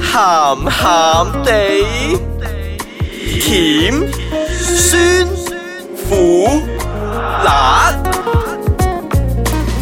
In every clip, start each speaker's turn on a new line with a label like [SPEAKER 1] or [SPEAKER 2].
[SPEAKER 1] 鹹鹹地，甜酸苦辣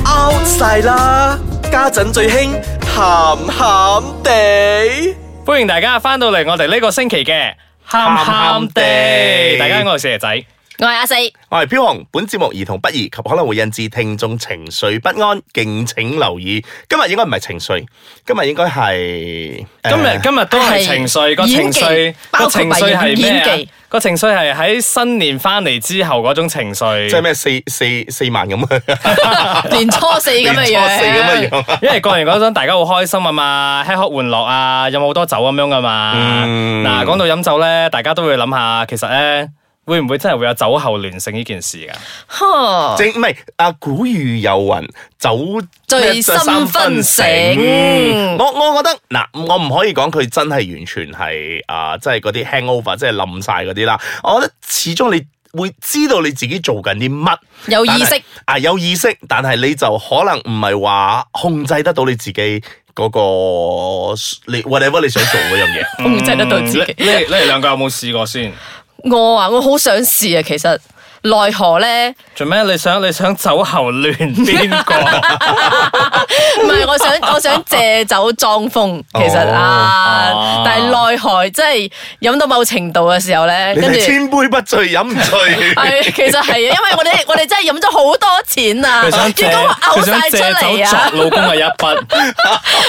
[SPEAKER 1] out 晒啦！家陣最興鹹鹹地。
[SPEAKER 2] 歡迎大家翻到嚟我哋呢個星期嘅鹹鹹地，大家好，我係四爺仔。
[SPEAKER 3] 我係阿四，
[SPEAKER 4] 我係飄紅，本節目兒童不宜及可能會引致聽眾情緒不安，敬請留意。今日應該唔係情緒，今日應該係
[SPEAKER 2] 今日
[SPEAKER 4] 呃
[SPEAKER 2] 今日都係情緒，個情
[SPEAKER 3] 演技
[SPEAKER 2] 緒
[SPEAKER 3] 包
[SPEAKER 2] 個
[SPEAKER 3] 括
[SPEAKER 2] 情
[SPEAKER 3] 埋
[SPEAKER 2] 緒係咩
[SPEAKER 3] 演
[SPEAKER 2] 啊
[SPEAKER 3] 技？
[SPEAKER 2] 個情緒係喺新年翻嚟之後嗰種情緒，
[SPEAKER 4] 即係咩四四四萬咁樣，
[SPEAKER 3] 年初四咁嘅
[SPEAKER 4] 啊年 初四咁嘅
[SPEAKER 3] 樣，
[SPEAKER 4] 樣。
[SPEAKER 2] 因為過完嗰陣大家好開心啊嘛，吃喝玩樂啊，飲好多酒咁樣噶嘛。
[SPEAKER 4] 嗯
[SPEAKER 2] 嗱，講到飲酒咧，大家都會諗下，其實咧會唔會真係會有酒後亂性呢件事㗎？
[SPEAKER 3] 呵，
[SPEAKER 4] 正唔係啊！古語有云，酒
[SPEAKER 3] 醉三分醒
[SPEAKER 4] 嗯我我覺得嗱，我唔可以講佢真係完全係啊，即係嗰啲 hangover，即係冧晒嗰啲啦。我覺得始終你會知道你自己做緊啲乜。
[SPEAKER 3] 有意識，
[SPEAKER 4] 啊，有意識，但係你就可能唔係話控制得到你自己嗰、個你 whatever 你想做嗰樣嘢。
[SPEAKER 3] 控制得到
[SPEAKER 4] 嗯
[SPEAKER 3] 自己。
[SPEAKER 2] 你你你哋兩個有冇試過先？
[SPEAKER 3] 我啊，我好想試啊，其實奈何 咧，
[SPEAKER 2] 做咩？你想你想酒後亂邊個？
[SPEAKER 3] 唔係我想我想借酒裝瘋，其實
[SPEAKER 4] 哦
[SPEAKER 3] 啊
[SPEAKER 2] 哦，
[SPEAKER 3] 但係奈何即係飲到某程度嘅時候咧，
[SPEAKER 4] 你
[SPEAKER 3] 跟住
[SPEAKER 4] 係千杯不醉飲 唔醉。 啊
[SPEAKER 3] 係其實係，因為我哋我哋真係飲咗好多錢啊，
[SPEAKER 2] 佢
[SPEAKER 3] 結
[SPEAKER 2] 想借
[SPEAKER 3] 果我嘔
[SPEAKER 2] 佢想
[SPEAKER 3] 晒
[SPEAKER 2] 借
[SPEAKER 3] 出嚟
[SPEAKER 2] 酒
[SPEAKER 3] 啊！
[SPEAKER 2] 作老公嘅一 筆，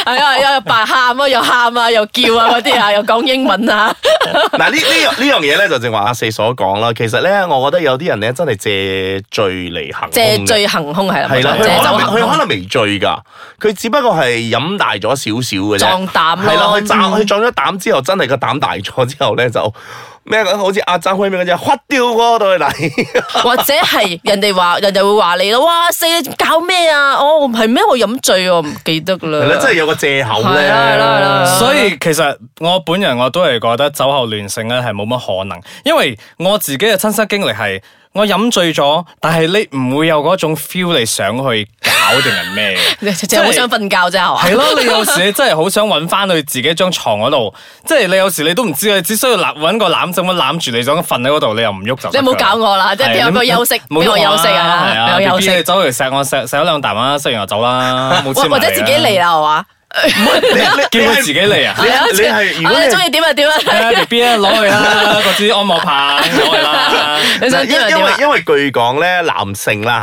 [SPEAKER 3] 係啊，又白喊啊，又喊啊，又叫啊嗰啲啊，又講英文 啊，
[SPEAKER 4] 嗱呢呢樣呢樣嘢咧，就正話阿四所講啦。其實咧，我覺得有啲人咧真係借醉嚟行
[SPEAKER 3] 借
[SPEAKER 4] 兇嘅
[SPEAKER 3] 醉行兇係啦，
[SPEAKER 4] 係啦，
[SPEAKER 3] 冇錯借
[SPEAKER 4] 佢可
[SPEAKER 3] 酒行
[SPEAKER 4] 能佢可
[SPEAKER 3] 兇，
[SPEAKER 4] 能未醉㗎，佢只不過係飲大咗少少嘅啫。
[SPEAKER 3] 壯膽咯
[SPEAKER 4] 係啦，佢撞
[SPEAKER 3] 嗯
[SPEAKER 4] 佢撞咗膽之後，真係個膽大咗之後咧就咩啊好似阿張輝明嗰隻，屈掉嗰度嚟。
[SPEAKER 3] 或者係人哋話人哋會話你咯，哇死你搞咩啊？哦我係咩？我飲醉我唔記得
[SPEAKER 4] 係啦，
[SPEAKER 3] 啦
[SPEAKER 4] 真係。有個借口
[SPEAKER 3] 呃係啦係啦係
[SPEAKER 4] 咧。
[SPEAKER 3] 啦
[SPEAKER 2] 所以其實我本人我都係覺得酒後亂性咧係冇乜可能，因為我自己嘅親身經歷係我飲醉咗，但係你唔會有嗰種 feel 你想去搞定係 咩嘅。
[SPEAKER 3] 你淨係好想瞓覺啫，係嘛？
[SPEAKER 2] 係咯，你有時你真係好想揾翻去自己張床嗰度，即係你有時你都唔知，你只需要攬揾個攬枕咁攬住你，想瞓喺嗰度，你又唔喐就得㗎啦。
[SPEAKER 3] 你唔好搞我啊
[SPEAKER 4] 啊
[SPEAKER 3] 啦即係
[SPEAKER 2] 係
[SPEAKER 3] 俾
[SPEAKER 2] 你
[SPEAKER 3] 我
[SPEAKER 2] 唔
[SPEAKER 3] 俾我休息
[SPEAKER 2] 冇
[SPEAKER 3] 俾我
[SPEAKER 2] 喐
[SPEAKER 3] 休息啊
[SPEAKER 2] 係啊，
[SPEAKER 3] 俾我休息
[SPEAKER 2] BB 你走嚟錫我錫錫咗兩啖啊，錫完就走啦，冇
[SPEAKER 3] 或
[SPEAKER 2] 黐
[SPEAKER 3] 或
[SPEAKER 2] 埋啊
[SPEAKER 3] 者自己嚟啦，係嘛？
[SPEAKER 4] 你你
[SPEAKER 2] 叫佢自己嚟 啊！
[SPEAKER 4] 啊你係你係如果
[SPEAKER 3] 啊
[SPEAKER 4] 你
[SPEAKER 3] 你中意點就點
[SPEAKER 2] 係
[SPEAKER 3] 啊！
[SPEAKER 2] 啊 B B 啊，攞去啦，嗰支按摩棒攞去 啦。
[SPEAKER 3] 你想
[SPEAKER 4] 嗱因
[SPEAKER 3] 點就
[SPEAKER 4] 因
[SPEAKER 3] 點
[SPEAKER 4] 為
[SPEAKER 3] 啊！
[SPEAKER 4] 因為據講咧，男性啦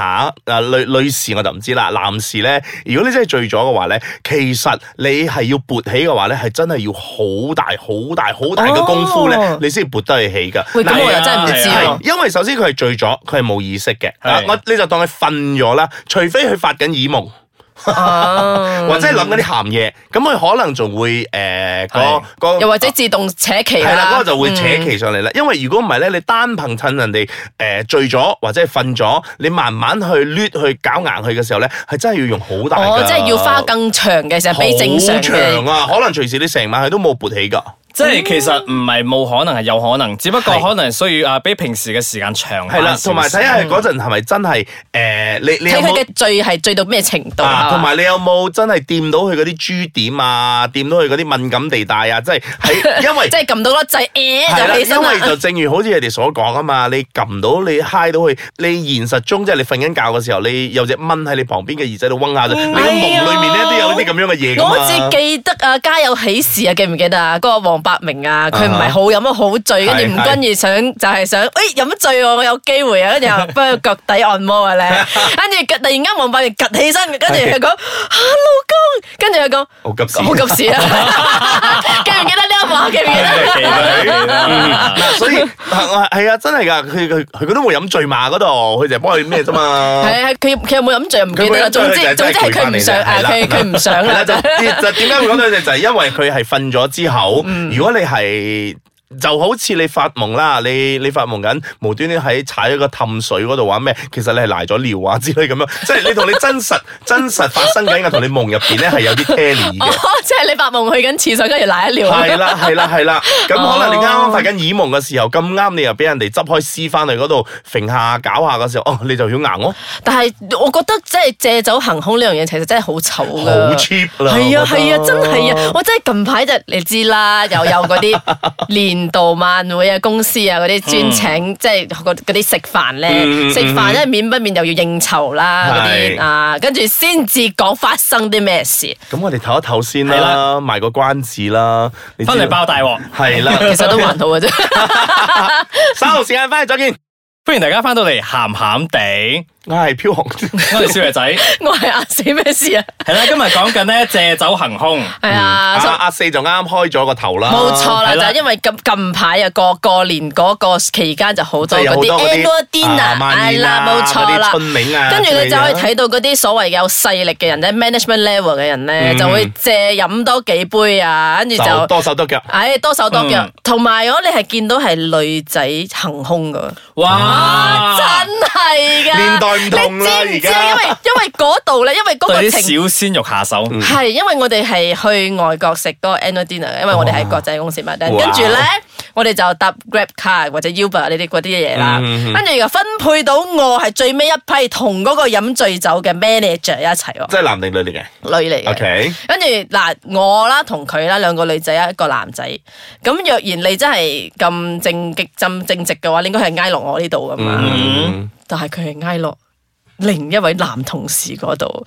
[SPEAKER 4] 吓，啊女女士我就唔知啦。男士咧，如果你真係醉咗嘅話咧，其實你係要勃起嘅話咧，係真係要好大好大好大嘅功夫咧
[SPEAKER 3] 哦，
[SPEAKER 4] 你先勃得起起㗎。
[SPEAKER 3] 喂，咁
[SPEAKER 4] 嗱
[SPEAKER 3] 我又真係唔知
[SPEAKER 2] 係
[SPEAKER 3] 喎
[SPEAKER 2] 啊。
[SPEAKER 4] 因為首先佢係醉咗，佢係冇意識嘅。
[SPEAKER 2] 係
[SPEAKER 4] 啊我你就當佢瞓咗啦，除非佢發緊耳夢。
[SPEAKER 3] 哦
[SPEAKER 4] 或者係諗緊啲鹹嘢，咁佢可能仲會誒嗰
[SPEAKER 2] 係
[SPEAKER 4] 嗰
[SPEAKER 3] 又或者自動扯旗
[SPEAKER 4] 係啦，嗰個就會扯
[SPEAKER 3] 嗯
[SPEAKER 4] 旗上嚟啦。因為如果唔係咧，你單憑趁人哋誒醉咗或者係瞓咗，你慢慢去攣去搞硬佢嘅時候咧，係真係要用好大
[SPEAKER 3] 哦
[SPEAKER 4] 嘅，，
[SPEAKER 3] 即係要花更長嘅時間比正常
[SPEAKER 4] 好長
[SPEAKER 3] 嘅。
[SPEAKER 4] 啊，可能隨時你成晚佢都冇勃起㗎。
[SPEAKER 2] 即係其實唔係冇可能，係有可能，只不過
[SPEAKER 4] 係
[SPEAKER 2] 可能需要啊比平時嘅時間長
[SPEAKER 4] 係啦
[SPEAKER 2] 翻，少嗯
[SPEAKER 4] 同埋
[SPEAKER 2] 少
[SPEAKER 4] 睇下佢嗰陣係咪真係誒你你有
[SPEAKER 3] 睇佢
[SPEAKER 4] 冇
[SPEAKER 3] 嘅醉係醉到咩程度
[SPEAKER 4] 啊
[SPEAKER 3] 啊？
[SPEAKER 4] 同埋你有冇真係掂到佢嗰啲珠點啊，掂到佢嗰啲敏感地帶啊？即係喺因為
[SPEAKER 3] 即係撳到粒掣，誒
[SPEAKER 4] 係啦，
[SPEAKER 3] 就起
[SPEAKER 4] 因
[SPEAKER 3] 身啊
[SPEAKER 4] 為
[SPEAKER 3] 啦。
[SPEAKER 4] 就正如好似你哋所講啊嘛，你撳到你嗨到佢，你現實中即係你瞓緊覺嘅時候，你有隻蚊喺你旁邊嘅耳仔度嗡下啫，你個夢裡面咧都有啲咁樣嘅嘢㗎嘛
[SPEAKER 3] 啊我好似記得啊，家有喜事啊，記唔記得啊？嗰個黃百鳴啊，佢唔係好飲啊，好醉，跟住
[SPEAKER 4] 係
[SPEAKER 3] 吳
[SPEAKER 4] 係
[SPEAKER 3] 君如想就係想，誒飲醉喎，我有機會啊，跟住 又幫佢腳底按摩啊咧， 跟住突然間黃百鳴趌起身，跟住佢講嚇老公，跟住佢講
[SPEAKER 4] 好急事
[SPEAKER 3] 好急 事啊！記唔記得呢一幕啊？記唔記得？
[SPEAKER 2] 記得記得嗯
[SPEAKER 4] 嗱，所以係係啊，真係㗎，佢佢佢佢都冇飲醉嘛嗰度，佢就係幫佢咩 啫嘛。
[SPEAKER 3] 係啊，佢佢有冇飲醉又唔記得啦。
[SPEAKER 4] 佢
[SPEAKER 3] 總之總之係佢唔想啊，佢佢唔 想啦。嗯
[SPEAKER 4] 就就點解會講到就係因為佢係瞓咗之後，如果你係就好似你發夢啦，你你發夢緊無端端喺踩一個氹水嗰度話咩？其實你係瀨咗尿啊之類咁樣，即係你同你真實 真實發生緊嘅同你夢入邊咧係有啲 tally
[SPEAKER 3] 哦
[SPEAKER 4] 嘅。，
[SPEAKER 3] 即係你發夢去緊廁所，跟住瀨一尿。
[SPEAKER 4] 係啦，係啦，係啦。咁
[SPEAKER 3] 哦
[SPEAKER 4] 可能你啱啱發緊耳夢嘅時候，咁啱你又俾人哋執開絲翻去嗰度揈下搞下嘅時候，哦，你就要硬咯，
[SPEAKER 3] 但係我覺得即係借酒行凶呢樣嘢，其實真係好醜
[SPEAKER 4] 好
[SPEAKER 3] 噶。
[SPEAKER 4] cheap 啦。
[SPEAKER 3] 係啊
[SPEAKER 4] 我覺得
[SPEAKER 3] 係啊，真係啊！我真係近排就你知啦，又有嗰啲年度晚會啊、公司啊嗰啲專請，即係嗰嗰啲食飯咧
[SPEAKER 4] 嗯嗯嗯，
[SPEAKER 3] 食飯咧免不免又要應酬啦嗰
[SPEAKER 4] 係
[SPEAKER 3] 啲啊，跟住先至講發生啲咩事。
[SPEAKER 4] 咁我哋唞一唞先
[SPEAKER 2] 係
[SPEAKER 4] 啦，
[SPEAKER 2] 啦
[SPEAKER 4] 賣個關子啦。你知
[SPEAKER 2] 翻嚟爆大鑊。
[SPEAKER 4] 係啦，
[SPEAKER 3] 其實都還好嘅啫。
[SPEAKER 4] 稍後時間翻嚟再見。
[SPEAKER 2] 歡迎大家翻到嚟咸咸地，
[SPEAKER 4] 我係飄紅，
[SPEAKER 2] 我哋少爺 仔
[SPEAKER 3] 我係阿死咩事啊？
[SPEAKER 2] 係啦，今日講緊咧借酒行凶。
[SPEAKER 3] 係啊，
[SPEAKER 4] 阿
[SPEAKER 3] 所以
[SPEAKER 4] 阿四就啱啱開咗個頭啊啦。
[SPEAKER 3] 冇錯啦，
[SPEAKER 2] 係
[SPEAKER 3] 就
[SPEAKER 2] 啦
[SPEAKER 3] 係因為近近排啊，過過年嗰個期間就好多
[SPEAKER 4] 即係有
[SPEAKER 3] 嗰
[SPEAKER 4] 好
[SPEAKER 3] 啲
[SPEAKER 4] 多
[SPEAKER 3] annual
[SPEAKER 4] 嗰啲啊
[SPEAKER 3] dinner，
[SPEAKER 4] 晚
[SPEAKER 3] 係
[SPEAKER 4] 宴
[SPEAKER 3] 啦，
[SPEAKER 4] 啊
[SPEAKER 3] 冇錯
[SPEAKER 4] 嗰啲
[SPEAKER 3] 啦。
[SPEAKER 4] 春茗啊
[SPEAKER 3] 跟住你
[SPEAKER 4] 之類
[SPEAKER 3] 就可以
[SPEAKER 4] 嘅
[SPEAKER 3] 睇到嗰啲所謂有勢力嘅人咧，management level 嘅人咧，
[SPEAKER 4] 嗯
[SPEAKER 3] 就會借飲多幾杯啊，跟住
[SPEAKER 4] 就
[SPEAKER 3] 就。
[SPEAKER 4] 多手多腳。
[SPEAKER 3] 唉，多手多腳
[SPEAKER 2] 嗯，
[SPEAKER 3] 同埋我你係見到係女仔行凶噶，
[SPEAKER 2] 哇！
[SPEAKER 3] 啊真係噶，
[SPEAKER 4] 啊年代唔同啦
[SPEAKER 3] 你知唔知
[SPEAKER 4] 而家
[SPEAKER 3] 啊因為因為嗰度咧，因為嗰個
[SPEAKER 2] 對
[SPEAKER 3] 情
[SPEAKER 2] 啲小鮮肉下
[SPEAKER 4] 嗯
[SPEAKER 2] 手，
[SPEAKER 3] 係，因為我哋係去外國食嗰個 annual dinner，因為我哋係國際公司嘛，但
[SPEAKER 4] 哇
[SPEAKER 3] 跟住咧，我哋就搭 Grab car 或者 Uber 呢啲嗰啲嘢啦，
[SPEAKER 4] 嗯
[SPEAKER 3] 跟住又分配到我係最尾一批同嗰個飲醉酒嘅 manager 一齊喎，
[SPEAKER 4] 即係男定女嚟嘅
[SPEAKER 3] 女嚟嘅。
[SPEAKER 4] ？OK，
[SPEAKER 3] 跟住嗱，我啦同佢啦兩個女仔一個男仔，咁若然你真係咁正極咁正直嘅話，你應該係挨落我呢度噶 嘛，
[SPEAKER 4] 嗯，
[SPEAKER 3] 但係佢係挨落另一位男同事嗰度。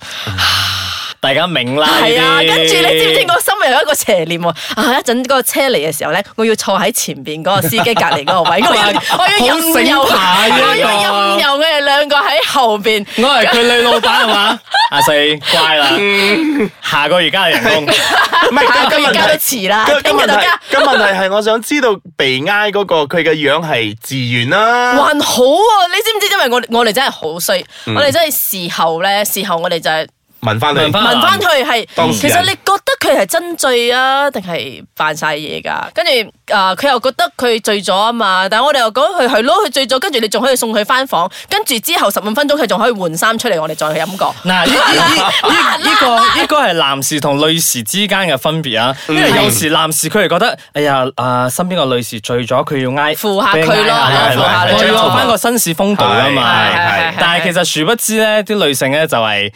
[SPEAKER 2] 大家明啦。
[SPEAKER 3] 係啊，
[SPEAKER 2] 呢啲
[SPEAKER 3] 跟住你知唔知我心入有一個邪念喎？啊，一陣嗰個車嚟嘅時候咧，我要坐喺前邊嗰個司機隔離嗰個 位，我要我要
[SPEAKER 2] 好
[SPEAKER 3] 任由
[SPEAKER 2] 醒牌啊
[SPEAKER 3] 我要任由佢哋兩個喺後邊。
[SPEAKER 2] 我係佢女老闆係 嘛？阿四乖啦，
[SPEAKER 3] 嗯
[SPEAKER 2] 下個月加你人 工。
[SPEAKER 4] 唔係
[SPEAKER 3] 下個月交都
[SPEAKER 4] 問題
[SPEAKER 3] 遲啦，
[SPEAKER 4] 咁
[SPEAKER 3] 聽日
[SPEAKER 4] 問
[SPEAKER 3] 就
[SPEAKER 4] 題
[SPEAKER 3] 加，，
[SPEAKER 4] 咁問題係我想知道被挨嗰個佢嘅樣係自願啦，
[SPEAKER 3] 還好啊！你知唔知？因為我我哋真係好衰，
[SPEAKER 4] 嗯
[SPEAKER 3] 我哋真係事後咧，事後我哋就係
[SPEAKER 4] 問翻你，
[SPEAKER 2] 問返
[SPEAKER 3] 問翻佢係
[SPEAKER 4] 當，事
[SPEAKER 3] 其
[SPEAKER 4] 人
[SPEAKER 3] 實你覺得佢係真醉啊，定係扮晒嘢㗎？跟住啊，佢、又覺得佢醉咗啊嘛，但係我哋又講佢係咯，佢醉咗，跟住你仲可以送佢翻房，跟住之後十五分鐘佢仲可以換衫出嚟，我哋再去飲過。
[SPEAKER 2] 嗱，呢
[SPEAKER 3] 啊
[SPEAKER 2] 呢呢呢個呢個係男士同女士之間嘅分別啊，因為
[SPEAKER 3] 嗯
[SPEAKER 2] 有時男士佢哋覺得，哎呀，啊身邊個女士醉咗，佢要挨
[SPEAKER 3] 扶下佢咯
[SPEAKER 2] 俾挨下
[SPEAKER 4] 係
[SPEAKER 2] 係咯
[SPEAKER 4] 咯扶下佢
[SPEAKER 2] 我
[SPEAKER 4] 咯
[SPEAKER 2] 要翻個紳士風度啊
[SPEAKER 4] 係係
[SPEAKER 2] 嘛。
[SPEAKER 4] 係
[SPEAKER 2] 但係其實殊不知咧，啲女性咧就係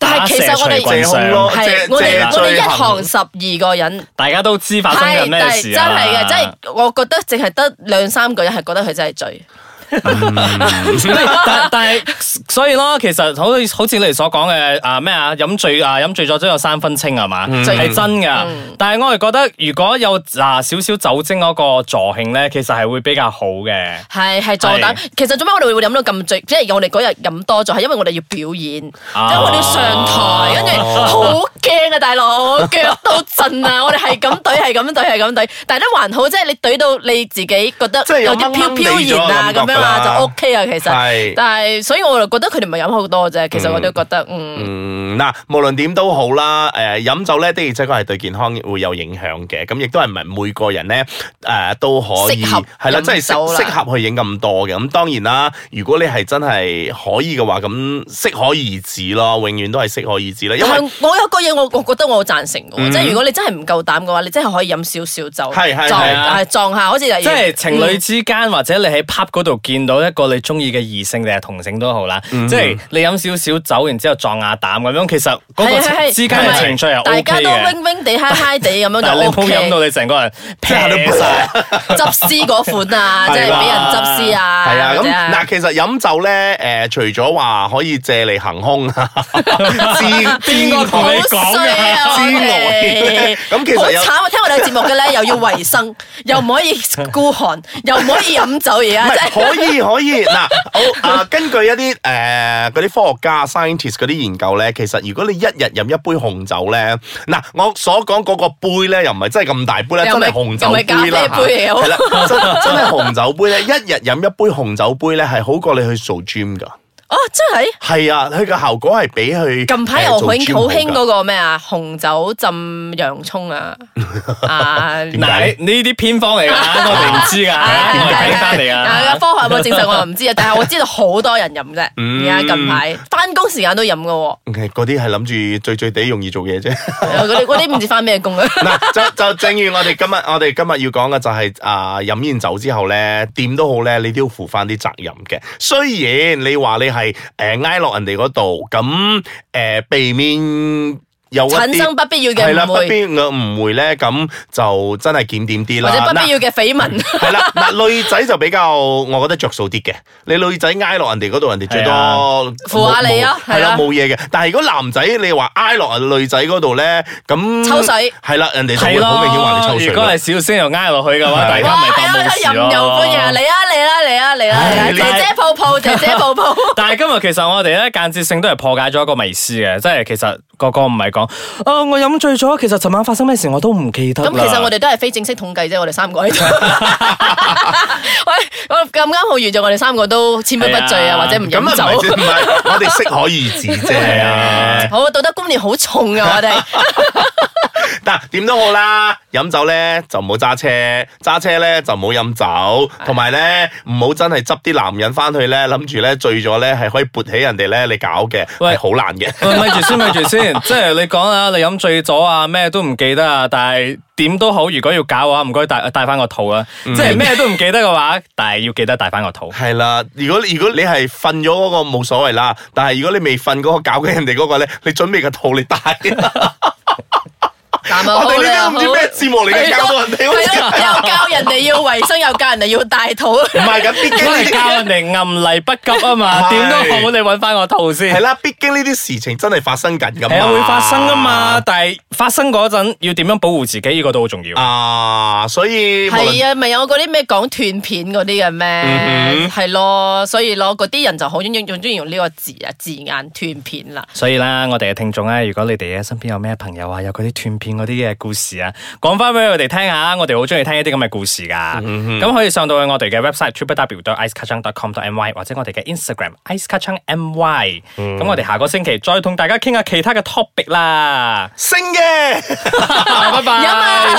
[SPEAKER 3] 但
[SPEAKER 2] 打
[SPEAKER 3] 係其
[SPEAKER 2] 蛇
[SPEAKER 3] 實我哋
[SPEAKER 2] 隨棍
[SPEAKER 4] 借空咯
[SPEAKER 2] 上，
[SPEAKER 3] 係
[SPEAKER 4] 借
[SPEAKER 3] 我哋
[SPEAKER 4] 借
[SPEAKER 3] 我哋
[SPEAKER 4] 醉
[SPEAKER 3] 一
[SPEAKER 4] 行
[SPEAKER 3] 行十二個人。
[SPEAKER 2] 大家都知發生緊
[SPEAKER 3] 係，
[SPEAKER 2] 咩
[SPEAKER 3] 但係
[SPEAKER 2] 事
[SPEAKER 3] 真
[SPEAKER 2] 啊
[SPEAKER 3] 係嘅，真係我覺得淨係得兩三個人係覺得佢真係醉。
[SPEAKER 2] 但但係，所以咯，其實好似好似你哋所講嘅啊咩啊，飲醉啊飲醉咗都有三分清係嘛，
[SPEAKER 3] 嗯
[SPEAKER 2] 係真噶。但係我係覺得，如果有啊少少酒精嗰個助興咧，其實係會比較好嘅。
[SPEAKER 3] 係係坐等
[SPEAKER 2] 係，
[SPEAKER 3] 其實做咩我哋會飲到咁醉？即係我哋嗰日飲多咗，係因為我哋要表演，
[SPEAKER 2] 啊
[SPEAKER 3] 因為我哋要上台，跟住好驚啊，大佬 腳都震啊！我哋係咁懟，係咁懟，係咁懟，但係都還好，即係你懟到你自己覺得
[SPEAKER 4] 即係有
[SPEAKER 3] 有啲飄飄然啊咁
[SPEAKER 4] 掹掹地咗嘅感覺
[SPEAKER 3] 樣
[SPEAKER 4] 㗎
[SPEAKER 3] 啊，
[SPEAKER 4] 啦
[SPEAKER 3] 就 OK 啊，其
[SPEAKER 4] 係
[SPEAKER 3] 實。但係所以我就覺得佢哋唔係飲好多啫，其實我都覺得嗯。
[SPEAKER 4] 嗯，嗱，無論點都好啦，誒、飲酒咧的而且確係對健康會有影響嘅，咁亦都係唔係每個人咧誒、都可以
[SPEAKER 3] 適合
[SPEAKER 4] 係啦，
[SPEAKER 3] 飲
[SPEAKER 4] 即係適
[SPEAKER 3] 酒啦
[SPEAKER 4] 適合去影咁多嘅。咁當然啦，如果你係真係可以嘅話，咁適可而止咯，永遠都係適可而止啦。因
[SPEAKER 3] 但
[SPEAKER 4] 為
[SPEAKER 3] 係我有個嘢，我我覺得我好贊成嘅
[SPEAKER 4] 嗯
[SPEAKER 3] 喎，即係如果你真係唔夠膽嘅話，你真係可以飲少少酒，
[SPEAKER 4] 係係
[SPEAKER 3] 撞
[SPEAKER 4] 係
[SPEAKER 2] 啊
[SPEAKER 3] 係嗯撞下，好似例如
[SPEAKER 2] 即係情侶之間，或者你喺 pub 嗰度見到一個你中意嘅異性定係同性都好啦，
[SPEAKER 3] 嗯
[SPEAKER 2] 即係你飲少少酒，然之後撞下膽咁樣，其實嗰個
[SPEAKER 3] 係係係
[SPEAKER 2] 情之間嘅情趣係
[SPEAKER 3] 大
[SPEAKER 2] OK
[SPEAKER 3] 家都
[SPEAKER 2] 嘅。
[SPEAKER 3] wing wing 地嗨嗨地咁樣
[SPEAKER 2] 但係你
[SPEAKER 3] 就
[SPEAKER 2] 唔好
[SPEAKER 3] OK。
[SPEAKER 2] 飲到你成個 人劈晒。
[SPEAKER 3] 執屍嗰款 啊，即係俾人執屍啊，
[SPEAKER 4] 係啊，
[SPEAKER 3] 或者
[SPEAKER 4] 咁嗱，其實飲酒咧，誒、除咗話可以借嚟行兇啊，自邊
[SPEAKER 2] 個同你講嘅
[SPEAKER 3] 好衰 啊
[SPEAKER 4] 之
[SPEAKER 3] 我
[SPEAKER 4] 外
[SPEAKER 3] 哋
[SPEAKER 4] 咁其實有
[SPEAKER 3] 好慘啊！聽我哋節目嘅咧，又要維生，又唔可以孤寒，又唔可以飲酒而
[SPEAKER 4] 唔
[SPEAKER 3] 家，即
[SPEAKER 4] 係
[SPEAKER 3] 啊係
[SPEAKER 4] 可以可以嗱，好啊，根據一啲誒嗰啲科學家 scientist 嗰啲研究咧，其實如果你一日飲一杯紅酒咧，嗱我所講嗰個杯咧又唔係真係咁大杯咧，真
[SPEAKER 3] 又唔係
[SPEAKER 4] 係紅酒
[SPEAKER 3] 又唔
[SPEAKER 4] 杯啦
[SPEAKER 3] 係咖啡杯嚟嘅
[SPEAKER 4] 係啦，真真係紅酒杯咧，一日飲一杯紅酒杯咧係好過你去做 gym 噶。
[SPEAKER 3] 哦，真系。
[SPEAKER 4] 係啊，佢個效果係比佢
[SPEAKER 3] 近排又
[SPEAKER 4] 誒
[SPEAKER 3] 好
[SPEAKER 4] 做
[SPEAKER 3] 興
[SPEAKER 4] gym
[SPEAKER 3] 好興
[SPEAKER 4] 㗎
[SPEAKER 3] 嗰個咩啊？紅酒浸洋葱啊！啊，
[SPEAKER 4] 點
[SPEAKER 2] 嗱，
[SPEAKER 4] 解
[SPEAKER 2] 呢呢啲偏方 嚟噶，我哋唔知噶，
[SPEAKER 3] 啊
[SPEAKER 2] 我哋聽翻嚟
[SPEAKER 3] 啊
[SPEAKER 2] 啊。
[SPEAKER 3] 科學有冇證實我又唔知啊，但係我知道好多人飲啫。而家近排翻工時間都飲嘅喎，
[SPEAKER 4] 嗰啲係諗住醉醉地容易做嘢啫。
[SPEAKER 3] 嗰啲嗰啲唔知翻咩工啊！
[SPEAKER 4] 嗱，就就正如我哋今日我哋今日要講嘅就係啊飲完酒之後咧，點都好咧，你都要負翻啲責任嘅。雖然你話你係誒挨落人哋嗰度，咁誒、呃避免有一
[SPEAKER 3] 產生
[SPEAKER 4] 啲
[SPEAKER 3] 不必要
[SPEAKER 4] 係
[SPEAKER 3] 嘅
[SPEAKER 4] 啦不
[SPEAKER 3] 誤會，
[SPEAKER 4] 必要嘅誤會咧，咁就真係檢點啲
[SPEAKER 3] 或
[SPEAKER 4] 啦。
[SPEAKER 3] 者不
[SPEAKER 4] 嗱
[SPEAKER 3] 必要嘅緋 聞。
[SPEAKER 4] 系啦，嗱女仔就比較，我覺得着數啲嘅。你女仔挨落人哋嗰度，人哋最
[SPEAKER 2] 係
[SPEAKER 4] 多
[SPEAKER 3] 啊扶下你啊
[SPEAKER 4] 係
[SPEAKER 3] 係
[SPEAKER 4] 啦
[SPEAKER 3] 啊
[SPEAKER 4] 冇嘢嘅。但係如果男仔你話挨落女仔嗰度咧，咁
[SPEAKER 3] 抽水
[SPEAKER 4] 係啦，人哋就
[SPEAKER 2] 係
[SPEAKER 4] 會好明顯話你抽水
[SPEAKER 2] 咯，如果
[SPEAKER 4] 啦
[SPEAKER 2] 係。小星又挨落去嘅話，
[SPEAKER 4] 係
[SPEAKER 2] 大家
[SPEAKER 3] 哇！
[SPEAKER 2] 咪
[SPEAKER 3] 係
[SPEAKER 2] 當
[SPEAKER 3] 啊，
[SPEAKER 2] 冇
[SPEAKER 3] 飲
[SPEAKER 2] 事
[SPEAKER 3] 唔飲
[SPEAKER 2] 咯。
[SPEAKER 3] 歡迎啊！嚟啊嚟啦嚟啦嚟啦嚟
[SPEAKER 2] 唉
[SPEAKER 3] 啦！姐姐 抱抱，姐姐抱抱。
[SPEAKER 2] 但係今日其實我哋咧間接性都係破解咗一個迷思嘅，即係其實個個唔係講啊我飲醉咗，其實尋晚發生咩事我都唔記得啦
[SPEAKER 3] 咁其實我哋都係非正式統計啫，我哋三個 喺度。喂，我咁啱好遇咗，我哋三個都千杯不醉
[SPEAKER 2] 係啊
[SPEAKER 3] 啊，或者唔
[SPEAKER 4] 咁啊
[SPEAKER 3] 飲
[SPEAKER 4] 唔係
[SPEAKER 3] 酒。
[SPEAKER 4] 唔係，我哋適可而止啫。啊，
[SPEAKER 3] 好，道德觀念好重啊！ 我哋
[SPEAKER 4] 嗱點都好啦，飲酒咧就唔好揸車，揸車咧就唔好飲酒，同埋咧唔好真係執啲男人翻去咧，諗住咧醉咗咧係可以撥起人哋咧，你搞嘅
[SPEAKER 2] 喂
[SPEAKER 4] 係好難嘅。
[SPEAKER 2] 喂，哦咪住先，咪住先，即係你講啊，你飲醉咗啊，咩都唔記得啊，但係點都好，如果要搞嘅話，唔該帶帶翻個套啊，
[SPEAKER 3] 嗯
[SPEAKER 2] 即係咩都唔記得嘅話，但係要記得帶翻個套。
[SPEAKER 4] 系啦，如果如果你係瞓咗嗰個冇所謂啦，但係如果你未瞓嗰個搞緊人哋嗰個咧，你準備個套你戴。
[SPEAKER 3] 男又
[SPEAKER 4] 我
[SPEAKER 3] 好
[SPEAKER 4] 哋
[SPEAKER 3] 女又
[SPEAKER 4] 呢啲
[SPEAKER 3] 好
[SPEAKER 4] 都唔知咩節目嚟嘅，教到人
[SPEAKER 2] 啊
[SPEAKER 4] 哋好
[SPEAKER 3] 係
[SPEAKER 4] 似
[SPEAKER 3] 咯，又教人哋要衞生，又教人哋要大肚。
[SPEAKER 4] 唔係咁，畢
[SPEAKER 2] 因為
[SPEAKER 4] 竟
[SPEAKER 2] 教人哋暗嚟不急啊嘛，
[SPEAKER 4] 係
[SPEAKER 2] 點都好，你揾翻個套先
[SPEAKER 4] 係。啦，畢竟呢啲事情真係發生緊噶
[SPEAKER 2] 係啊，
[SPEAKER 4] 嘛，
[SPEAKER 2] 會發生噶嘛，。但係發生嗰陣要點樣保護自己，呢個都好重要。
[SPEAKER 4] 啊，所以無論
[SPEAKER 3] 係啊，咪有嗰啲咩講斷片嗰啲嘅
[SPEAKER 4] 嗯。
[SPEAKER 3] 咩？係咯，所以咯，嗰啲人就好中意用中意用呢個字啊字眼斷片啦。
[SPEAKER 2] 所以啦，我哋嘅聽眾咧，如果你哋嘅身邊有咩朋友啊，有嗰啲斷片嗰啲嘅故事啊，講翻俾我哋聽下，我哋好中意聽一啲咁嘅故事噶。咁、可以上到去我哋嘅 website e www.icekachang.com.my 或者我哋嘅 Instagram icekachangmy。咁、我哋下個星期再同大家傾下其他嘅 topic 啦
[SPEAKER 4] 升嘅。
[SPEAKER 2] 拜拜。
[SPEAKER 3] 飲啊！